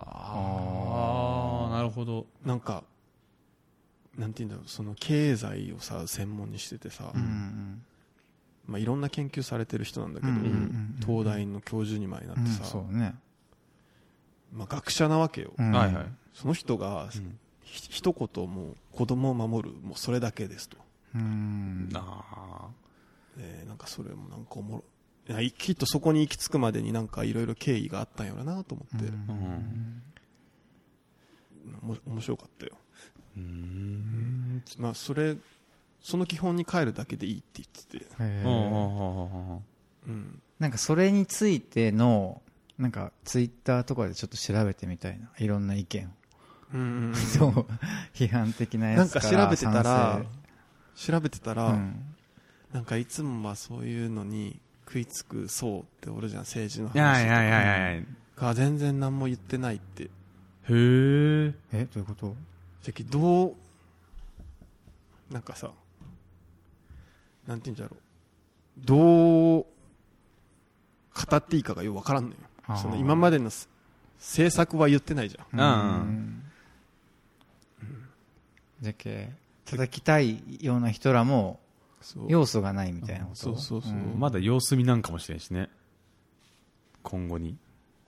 ああ、なるほど。なんか、なんて言うんだろう、その経済をさ、専門にしててさ、うん。まあいろんな研究されてる人なんだけど、うんうんうん東大の教授に前になっうんてさ、そうね。まあ学者なわけよ。うんはいはい。その人が、ひ一言もう子供を守る、もうそれだけですと。うん。あえーなんかそれもなんかおもろいやいきっとそこに行き着くまでになんかいろいろ経緯があったんやろなと思って、あ。うん。おも面白かったよ、うん。まあ、それその基本に帰るだけでいいって言ってて、へうんうんうーんうんうん、なんかそれについての、なんかツイッターとかでちょっと調べてみたいな。いろんな意見を。 うんうんそう。批判的ななやんつかから調べてたら賛調べてたら、成うん。なんかいつもはそういうのに食いつくそうっておるじゃん政治のいやい話やいやいやいや。へが全然何も言ってないってえ。え、どういうことじゃあどうなんかさなんて言うんじゃろうどう語っていいかがようわからんのよあーその今までのす制作は言ってないじゃんうんじゃけ叩きたいような人らもそう要素がないみたいなことそうそうそう、んまだ様子見なんかもしれんしね。今後に。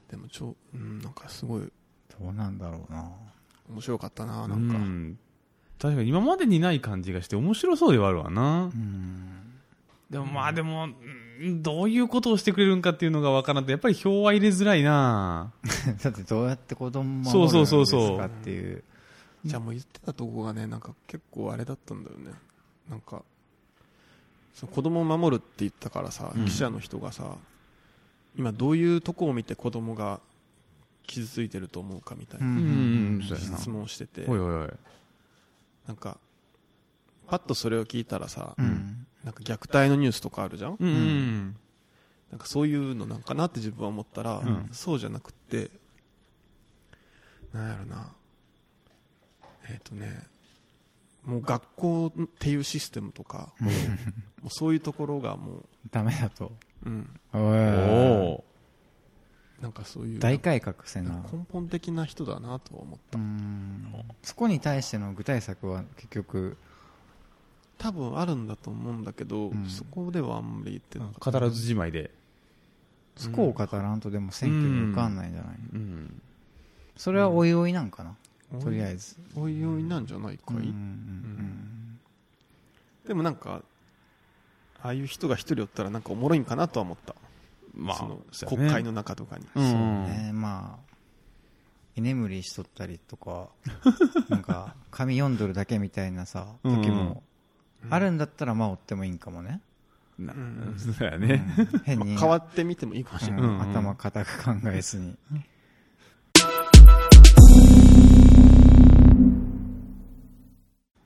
でもちょ、うん、なんかすごいどうなんだろうな面白かったなうなんか、ん。確かに今までにない感じがして面白そうではあるわなう。んでもまあでも、うんどういうことをしてくれるんかっていうのがわからんと、やっぱり票は入れづらいな だってどうやって子供そ守うるんそうですそうそうかっていうじゃあもう言ってたとこがねなんか結構あれだったんだよねなんかそう子供を守るって言ったからさ、うん記者の人がさ今どういうとこを見て子供が傷ついてると思うかみたいなうんん、そうやな質。問をしてて、おいおいおい。なんかパッとそれを聞いたらさ、うんなんか虐待のニュースとかあるじゃん、うんうん。なんかそういうのなんかなって自分は思ったら、うんそうじゃなくって、なんやろな。えっ、とね、もう学校っていうシステムとか、もうそういうところがもダメだとう、うん、おおーお。なんかそういう、大改革せななんか根本的な人だなとは思った。うんそこに対しての具体策は結局多分あるんだと思うんだけど、うんそこではあんまり言ってなかった。語らずじまいで。そこを語らんとでも選挙に受かんないんじゃないうん。それはおいおいなんかなうんとりあえずおいおいなんじゃないかい、うんうんうんでもなんか、ああいう人が一人おったらなんかおもろいんかなとは思った。まそのあ、国会の中とかに。そうやね。ねまあ居眠りしとったりとかなんか紙読んどるだけみたいなさうん時もあるんだったらまあ追ってもいいんかもね、うん。なうんそうやうね。ん変に、まあ変わってみてもいいかもしれうない。んうんうん頭固く考えずに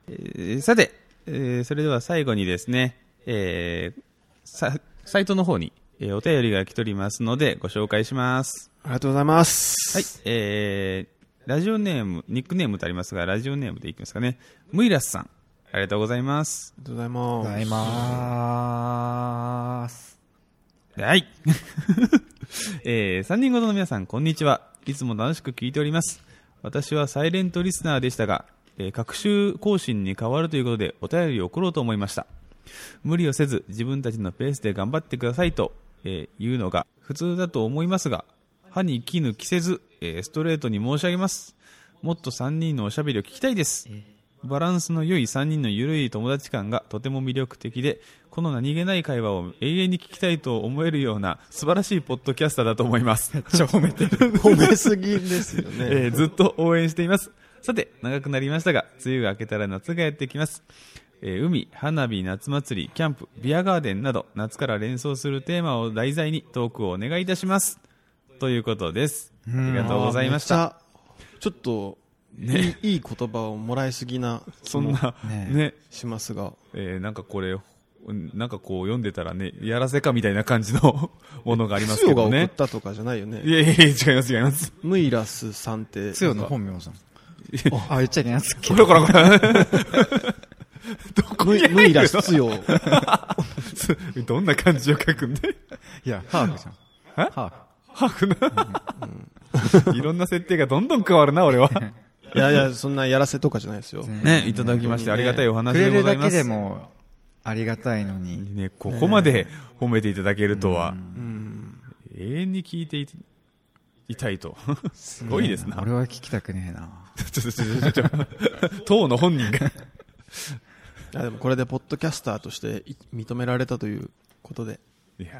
えーさて、えーそれでは最後にですね、えーさサイトの方に、えーお便りが来ておりますのでご紹介します。ありがとうございます。はい、えーラジオネーム、ニックネームとありますが、ラジオネームでいきますかね。ムイラスさん、ありがとうございますあ。りがとうございまごす。ざいますはい。 えー、3人ごとの皆さん、こんにちは。いつも楽しく聞いております。私はサイレントリスナーでしたが、えー、各週更新に変わるということで、お便りを送ろうと思いました。無理をせず、自分たちのペースで頑張ってくださいと、えー言うのが普通だと思いますが、歯に衣着せず、えーストレートに申し上げます。もっと3人のおしゃべりを聞きたいです。バランスの良い3人のゆるい友達感がとても魅力的で、この何気ない会話を永遠に聞きたいと思えるような素晴らしいポッドキャスターだと思います。褒めてる。褒めすぎですよね。 えーずっと応援しています。さて、長くなりましたが、梅雨が明けたら夏がやってきます。えー海、花火、夏祭り、キャンプ、ビアガーデンなど、夏から連想するテーマを題材にトークをお願いいたします。ということです。ありがとうございました。あちょっと、ねいいいい言葉をもらいすぎなそんな、ねねしますが、えーなんかこれ、うんなんかこう読んでたらね、やらせかみたいな感じのものがありますつけよがど送っね。たとかじゃないよね。いやいやいや、違います違います。ムイラスさんって、つよの本名じゃん。あ、言っちゃいけないやつっけこれこれこれ。ムイムイラスつよ。どんな漢字を書くんだいいや、ハーフじゃん。えハーハフ。ーフな。いろんな設定がどんどん変わるな、俺は。いやいや、そんなやらせとかじゃないですよ。ね、いただきましてありがたいお話くれでごるざだいまけす。でも、ありがたいのに。ね、ここまで褒めていただけるとは、うん。永遠に聞いていいたいと。すごいですな俺。は聞きたくねえな。ちょちょちょちょちょ当の本人が。いやでもこれでポッドキャスターとしてい認められたということで。いや、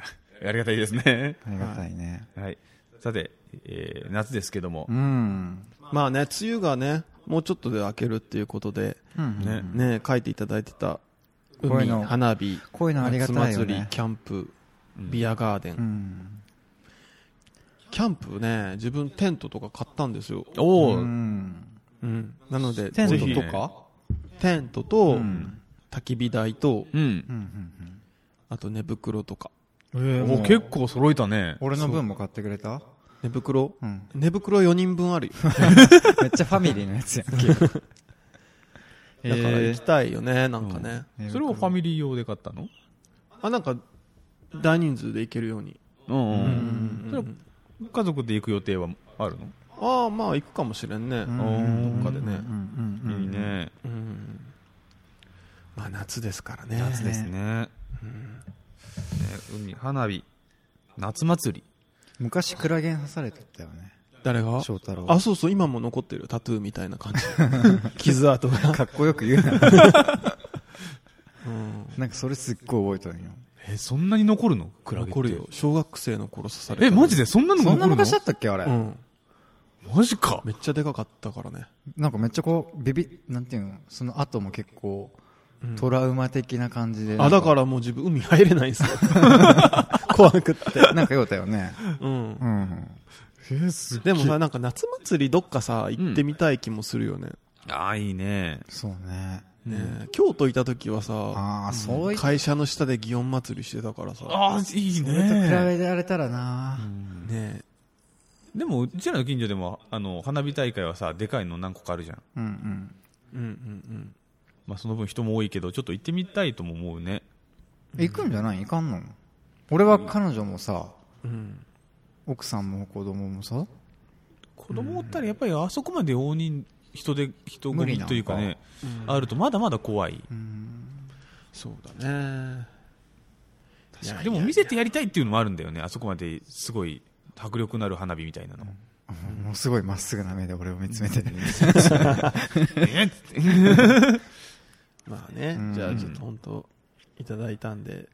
ありがたいですね。ありがたいね。はい。さて、えー夏ですけどもう、ん。まあね、梅雨がね、もうちょっとで明けるっていうことで、うんね、ね、書いていただいてた、こうい海、うの花火、こういうのありが夏たいよ祭りね、。キャンプ、ビアガーデン。うん。キャンプね、自分テントとか買ったんですよ。おお、うん。うん。なので、テンぜトひとねかテントと、ん焚き火台と、うんう。んあと寝袋とか。うんうん。えお結構揃えたね。俺の分も買ってくれた寝袋、うん。寝袋4人分 あるよ。だかめっちゃファミリーのやつやん。 ら行きたいよね、なんかね。それをファミリー用で買ったのあ、なんか、大人数で行けるように。うんう。うんんそれは家族で行く予定はあるのああ、まあ行くかもしれんね。んどっかでねうん。うんうん。いいね。うん。まあ夏ですからね。夏ですね。ね海、花火、夏祭り。昔クラゲン刺されてたよね。誰が翔太郎。あ、そうそう、今も残ってる。タトゥーみたいな感じ。傷跡が。かっこよく言うな。うん。なんかそれすっごい覚えてるよ。え、そんなに残るのクラゲって。残るよ。小学生の頃刺されたえ、マジでそんなのそ残んるのな昔だったっけあれう。ん。マジか。めっちゃでかかったからね。なんかめっちゃこう、ビビ、なんていうの、その後も結構、トラウマ的な感じで。。あ、だかららもう自分海入れないんですよ。怖くって。 なんかようだよね。うんう。ん。でもさ、なんか夏祭りどっかさ、行ってみたい気もするよね。ああ、いいね。そうね。ねえ京都いた時はさ、ああ、そういった。会社の下で祇園祭りしてたからさ、ああ、いい比ね。べられたらなねでも、うちらの近所でも、あの、花火大会はさ、でかいの何個かあるじゃん。うんうん。えうんうんまあ、その分人も多いけど、ちょっと行ってみたいとも思うね。行くんじゃない行かんの俺は彼女もさ、うん。うん。奥さんも子供もさ、子供おったら、やっぱりあそこまで大人、人で、人混みというか無理なね、あるとまだまだ怖い。そうだね。いやでも、見せてやりたいっていうのもあるんだよね。あそこまですごい、迫力のある花火みたいなの。もうすごいまっすぐな目で俺を見つめてる。えっつってまあねうん、じゃあちょっと本当いただいたんで、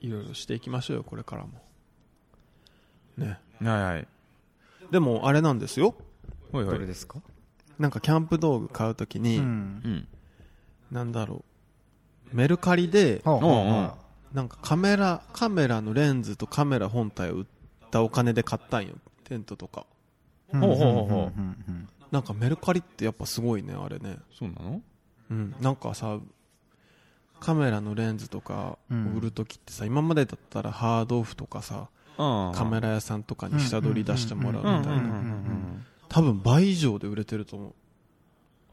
いろいろしていきましょうよ、これからも。ね。 はいはい。でも、あれなんですよ。ほいほどい。れですかなんかキャンプ道具買うときうに、ん。うん。なんだろう。メルカリで、はあうんうんはなんかカメラ、カメラのレンズとカメラ本体を売ったお金で買ったんよ。テントとか。あほうほうほうほううんんうんなんかメルカリってやっぱすごいね、あれね。そうなのうん。なんかさ、カメラのレンズとかうんを売るときってさ、今までだったらハードオフとかさ、ああ。カメラ屋さんとかに下取り出してもらうみうんうんたうんいうんうな。ん。多分倍以上で売れてると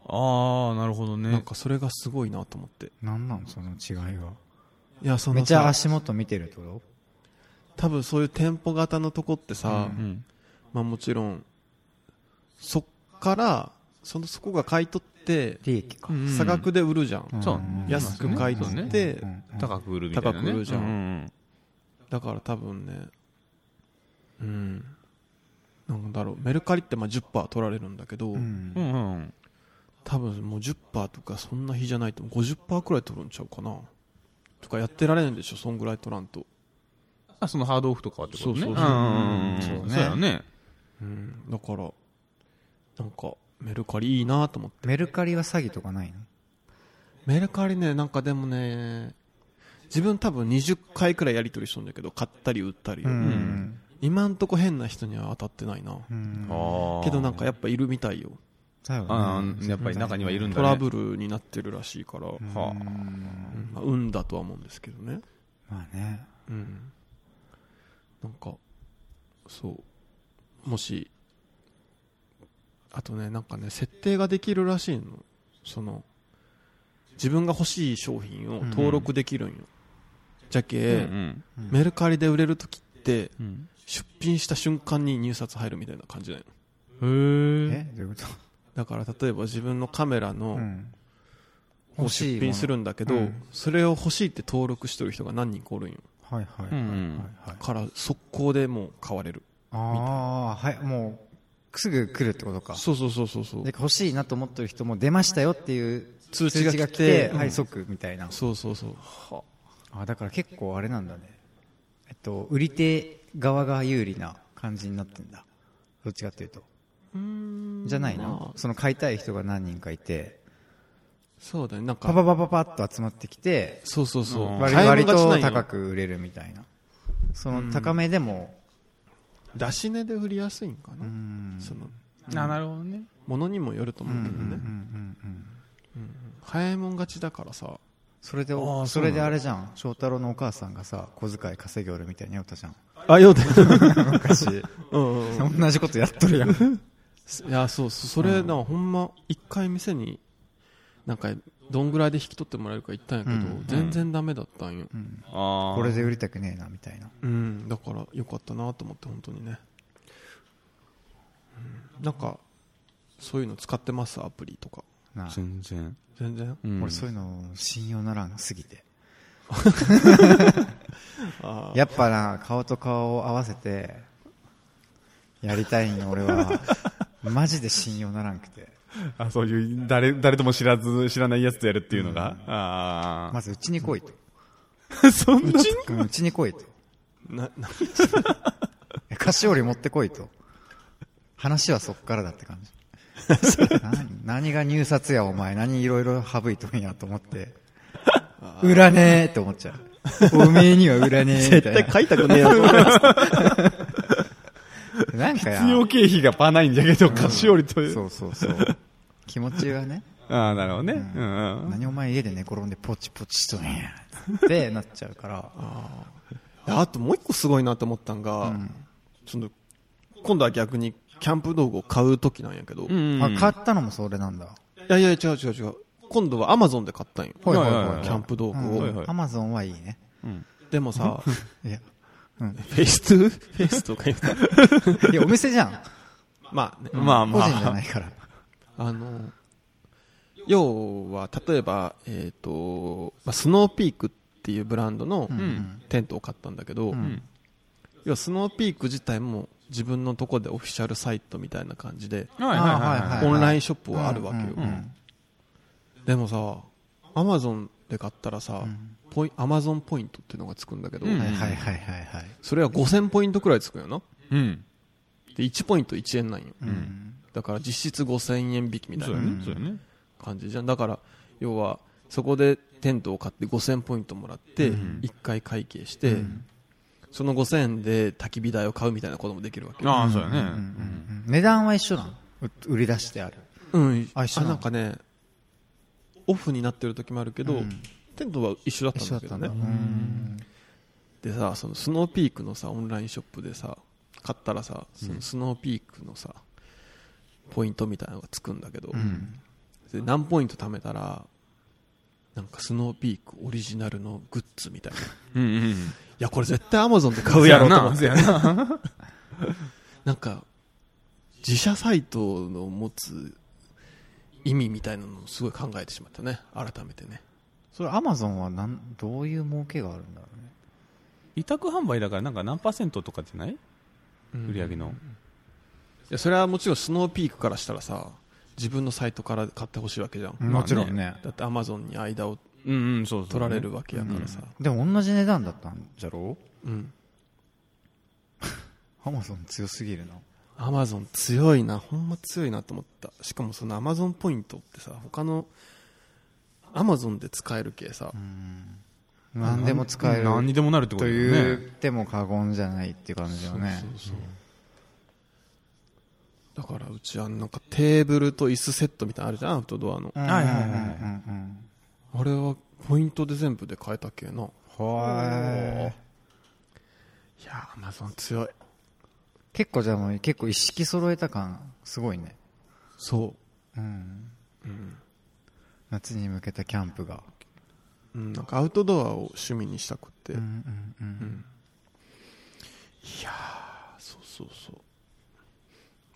思ああ、なるほどう。なんね。かそれがすごいなと思って。なんなんその違いは。いや、そめのっちゃさ、足元見てるってこ多分そういう店舗型のとこってさ、うん。まあもちろん、そっから、その、そこが買い取って、利益か。差額で売るじゃん。そううん安く買い取そうっねて、高く売るみたいなね。高く売るじゃんううんだから多分ね、うん。なんだろう、メルカリってまあ10%取られるんだけど、うんう。んうんうん。多分もう10%とかそんな日じゃないと思う50%くらい取るんちゃうかな。とかやってられないんでしょ、そんぐらい取らんと。あ、そのハードオフとかってことね。そうそううそうんうんうん。そうそうねだよね。うん。だから、なんか、メルカリいいなと思って。メルカリは詐欺とかないのメルカリね、なんかでもね、自分多分20回くらいやり取りしとんだけど、買ったり売ったりを。うん。今んとこ変な人には当たってないな。うんああ。けどなんかやっぱいるみたいよ。だよねあーやっぱり中にはいるんだトね。ラブルになってるらしいから、うんはあまあ、運だとは思うんですけどね。まあね。うん。なんか、そう。もし、あとね、なんかね、設定ができるらしいの。その、自分が欲しい商品を登録できるんよ。じうゃんうけ、ん。メルカリで売れるときって、うん。出品した瞬間に入札入るみたいな感じだよ。へえ。えどういうことだから例えば自分のカメラうのんを出品するんだけど、欲しいものうんそれを欲しいって登録してる人が何人かおるんよ。はいはいはういんうはいんはい。から速攻でもう買われる。ああ、はい、もう、すぐ来るってことか。そうそうそうそうそうで。欲しいなと思ってる人も出ましたよっていう通知が来てうんはい、即みたいな。そうそうそう。あだから結構あれなんだね。えっと、売り手側が有利な感じになってんだ。どっちかっていうと。じゃないまのあその買いたい人が何人かいて、そうだね。なんか、パパパパパッと集まってきて、そうそうそう。割買い割物勝とちなんよ高。く売れるみたいな。その高めでも、出し値で売りやすいんかな。その、あ、なるほどね。ものにもよると思うけどね。うんうんうん早いもん勝ちだからさ。それで、あーそれであれじゃん。翔太郎のお母さんがさ、小遣い稼ぎおるみたいにやったじゃん。あ、 ようだよ。昔。うんうんうん。同じことやっとるやん。いや、そうそう。それ、な、ほんま、一回店に、なんか、どんぐらいで引き取ってもらえるか言ったんやけど、うん全然ダメだったんよ。ああ。これで売りたくねえな、みたいな。うん、だからよかったなと思って本当にね、うんなんかそういうの使ってますアプリとかなあ全然。全然うん俺そういうの信用ならんすぎて。あやっぱな、顔と顔を合わせて、やりたいん俺は、マジで信用ならんくて。あ、そういう、誰、誰とも知らず、知らないやつとやるっていうのが。あまずうちに来いと。あ。そんな。うんうちに来いと。なな 菓子折り持ってこいと。話はそっからだって感じ。何何が入札やお前、何いろいろ省いとんやと思って。売らねえって思っちゃう。おめえには売らねえみたいな。絶対いたくねえよ なんかや。必要経費がパないんじゃけど、菓子折りという。そうそうそう。気持ちがね、ああ、なるほどね。うんうん。何お前家で寝転んでポチポチしとんや。ってなっちゃうから。あともう一個すごいなと思ったんが、その今度は逆にキャンプ道具を買う時なんやけど、いうんあ、買ったのもそれなんだ。やいや違う違う違う今度はアマゾンで買ったんよ、はいはいはいはいキャンプ道具を、はいはいアマゾンはいいね。でもさ いや、フェイス2フェイスとか言う といやお店じゃん。まあね、まあ個ま人じゃあ。ないから。あの、要は、例えば、えっ、と、まあ、スノーピークっていうブランドのんテントを買ったんだけど、ん要はスノーピーク自体も自分のとこでオフィシャルサイトみたいな感じで、はいあはいはいオンラインショップはあるわけよ。うんうんでもさ、アマゾンで買ったらさ、ポイアマゾンポイントっていうのがつくんだけど、うんはいはいはいはいはい。それは5000ポイントくらいつくよな。うん。で、1ポイント1円なんよ。うんだから実質5000円引きみたいそうなや。ね。そうやね。感じじゃんだから要はそこでテントを買って5000ポイントもらって1回会計して、その5000円で焚き火台を買うみたいなこともできるわけああ、そうやね。うん値段は一緒なのう売り出してある。うんああ一緒なのなんかねオフになってる時もあるけど、うんテントは一緒だった一ん緒だだっけたどんだ。ねうんでさそのスノーピークのさオンラインショップでさ買ったらさそのスノーピークのさ、ポイントみたいなのがつくんだけど、で何ポイント貯めたらなんかスノーピークオリジナルのグッズみたいなうんうん。や、これ絶対アマゾンで買うやろ な。せやな。なんか、自社サイトの持つ意味みたいなのをすごい考えてしまったね。改めてね。それアマゾンはなんどういう儲けがあるんだろうね 委託販売だからなんか何パーセントとかじゃない売り上げの。いやそれはもちろんスノーピークからしたらさ自分のサイトから買ってほしいわけじゃん、もちろんねだってアマゾンに間をうんうん、そうそう。取られるわけやからさ、でも同じ値段だったんじゃろうんアマゾン強すぎるなアマゾン強いなほんま強いなと思ったしかもそのアマゾンポイントってさ他のアマゾンで使える系さ、何でも使える何にでもなるってことだとよ言っね。ても過言じゃないっていう感じよねそうそうだからうちはなんかテーブルと椅子セットみたいなのあるじゃんアウトドアの、はいはいはいはいあれはポイントで全部で買えた系なはいやアマゾン強い結構じゃあもう結構一式揃えた感すごいねそう夏に向けたキャンプがうん、なんかアウトドアを趣味にしたくって、うんいやーそうそうそう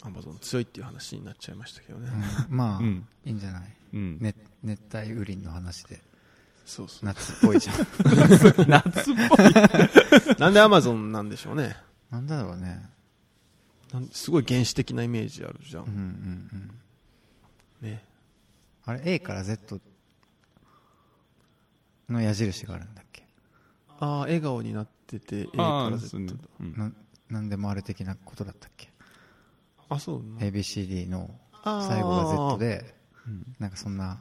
アマゾン強いっていう話になっちゃいましたけどね、まあ、うんいいんじゃない、うんね、熱帯雨林の話でそうそう夏っぽいじゃん夏っぽい。なんでアマゾンなんでしょうねなんだろうねなんすごい原始的なイメージあるじゃん、うんうんうんねあれ A から Z の矢印があるんだっけああ笑顔になってて A あかあらー、そ Z うねだうんななんでもあれ的なことだったっけあそうな ABCD のあー最後が Z でなんかそんな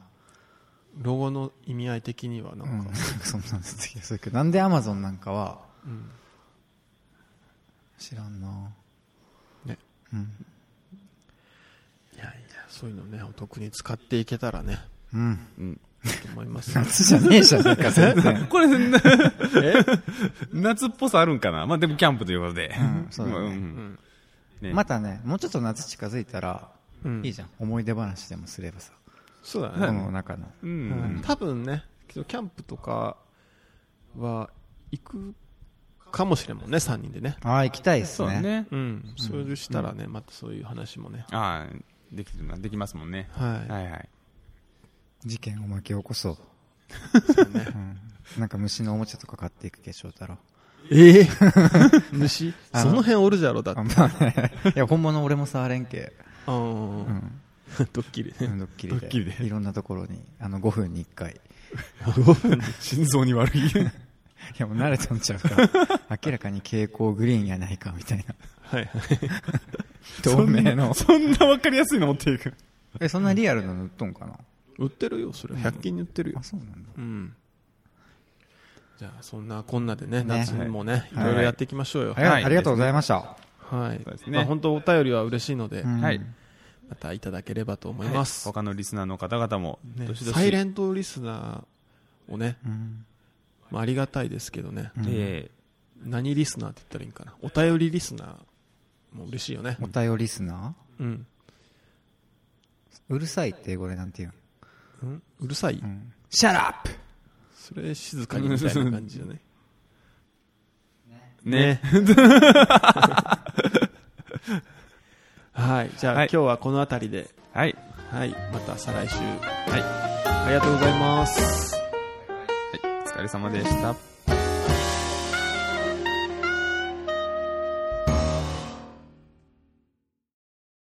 ロゴの意味合い的にはなうん んか、そんなんですけどそういうけどなんで Amazon なんかはうん知らんなねうんいやいやそういうのねお得に使っていけたらねうんと思います夏じゃねえじゃねえか全 然これ、 夏っぽさあるんかなまあでもキャンプということでん。そうだまねあんんねまたねもうちょっと夏近づいたらうんいいじゃん思い出話でもすればさそうだねこの中のう。うんん多分ねキャンプとかは行くかもしれんもんね3人でねああ行きたいですそうだねね。うんそういうしたらね、またそういう話もねああ、できてるな、できますもんね。はい、はいはい。事件を巻き起こ そうそうねなんか虫のおもちゃとか買っていくけ翔太郎ええ 虫あのその辺おるじゃろだってあまあねいや本物俺も触れんけうん、うん ドッキリうねんドッキリでドッキリでいろんなところにあの5分に1回い心臓に 悪い。やもう慣れたんちゃうから 明らかに蛍光グリーンやないかみたいなはい はい透明のそんなわかりやすいの持っていく。えそんなリアルなの売っとんかな売ってるよそれ100均に売ってるよあそうなんだうんじゃあそんなこんなでねね夏もね、はいいろいろやっていきましょうよは、はいい、はいありがとうございました、そうですねまあ、本当お便りは嬉しいので、うんはい。またいただければと思います、他のリスナーの方々も、ねどしどしサイレントリスナーをね、うんまあ、ありがたいですけどね、え何リスナーって言ったらいいんかなお便りリスナーも嬉しいよねお便りリスナうん、ーうるさいって英語でなんて言うん、うるさい、うん、うん、シャラップそれ静かにみたいな感じだねえね。 はいじゃあ、はい今日はこの辺りで、はい。はい、また再来週はい。ありがとうございますお疲れ様でした。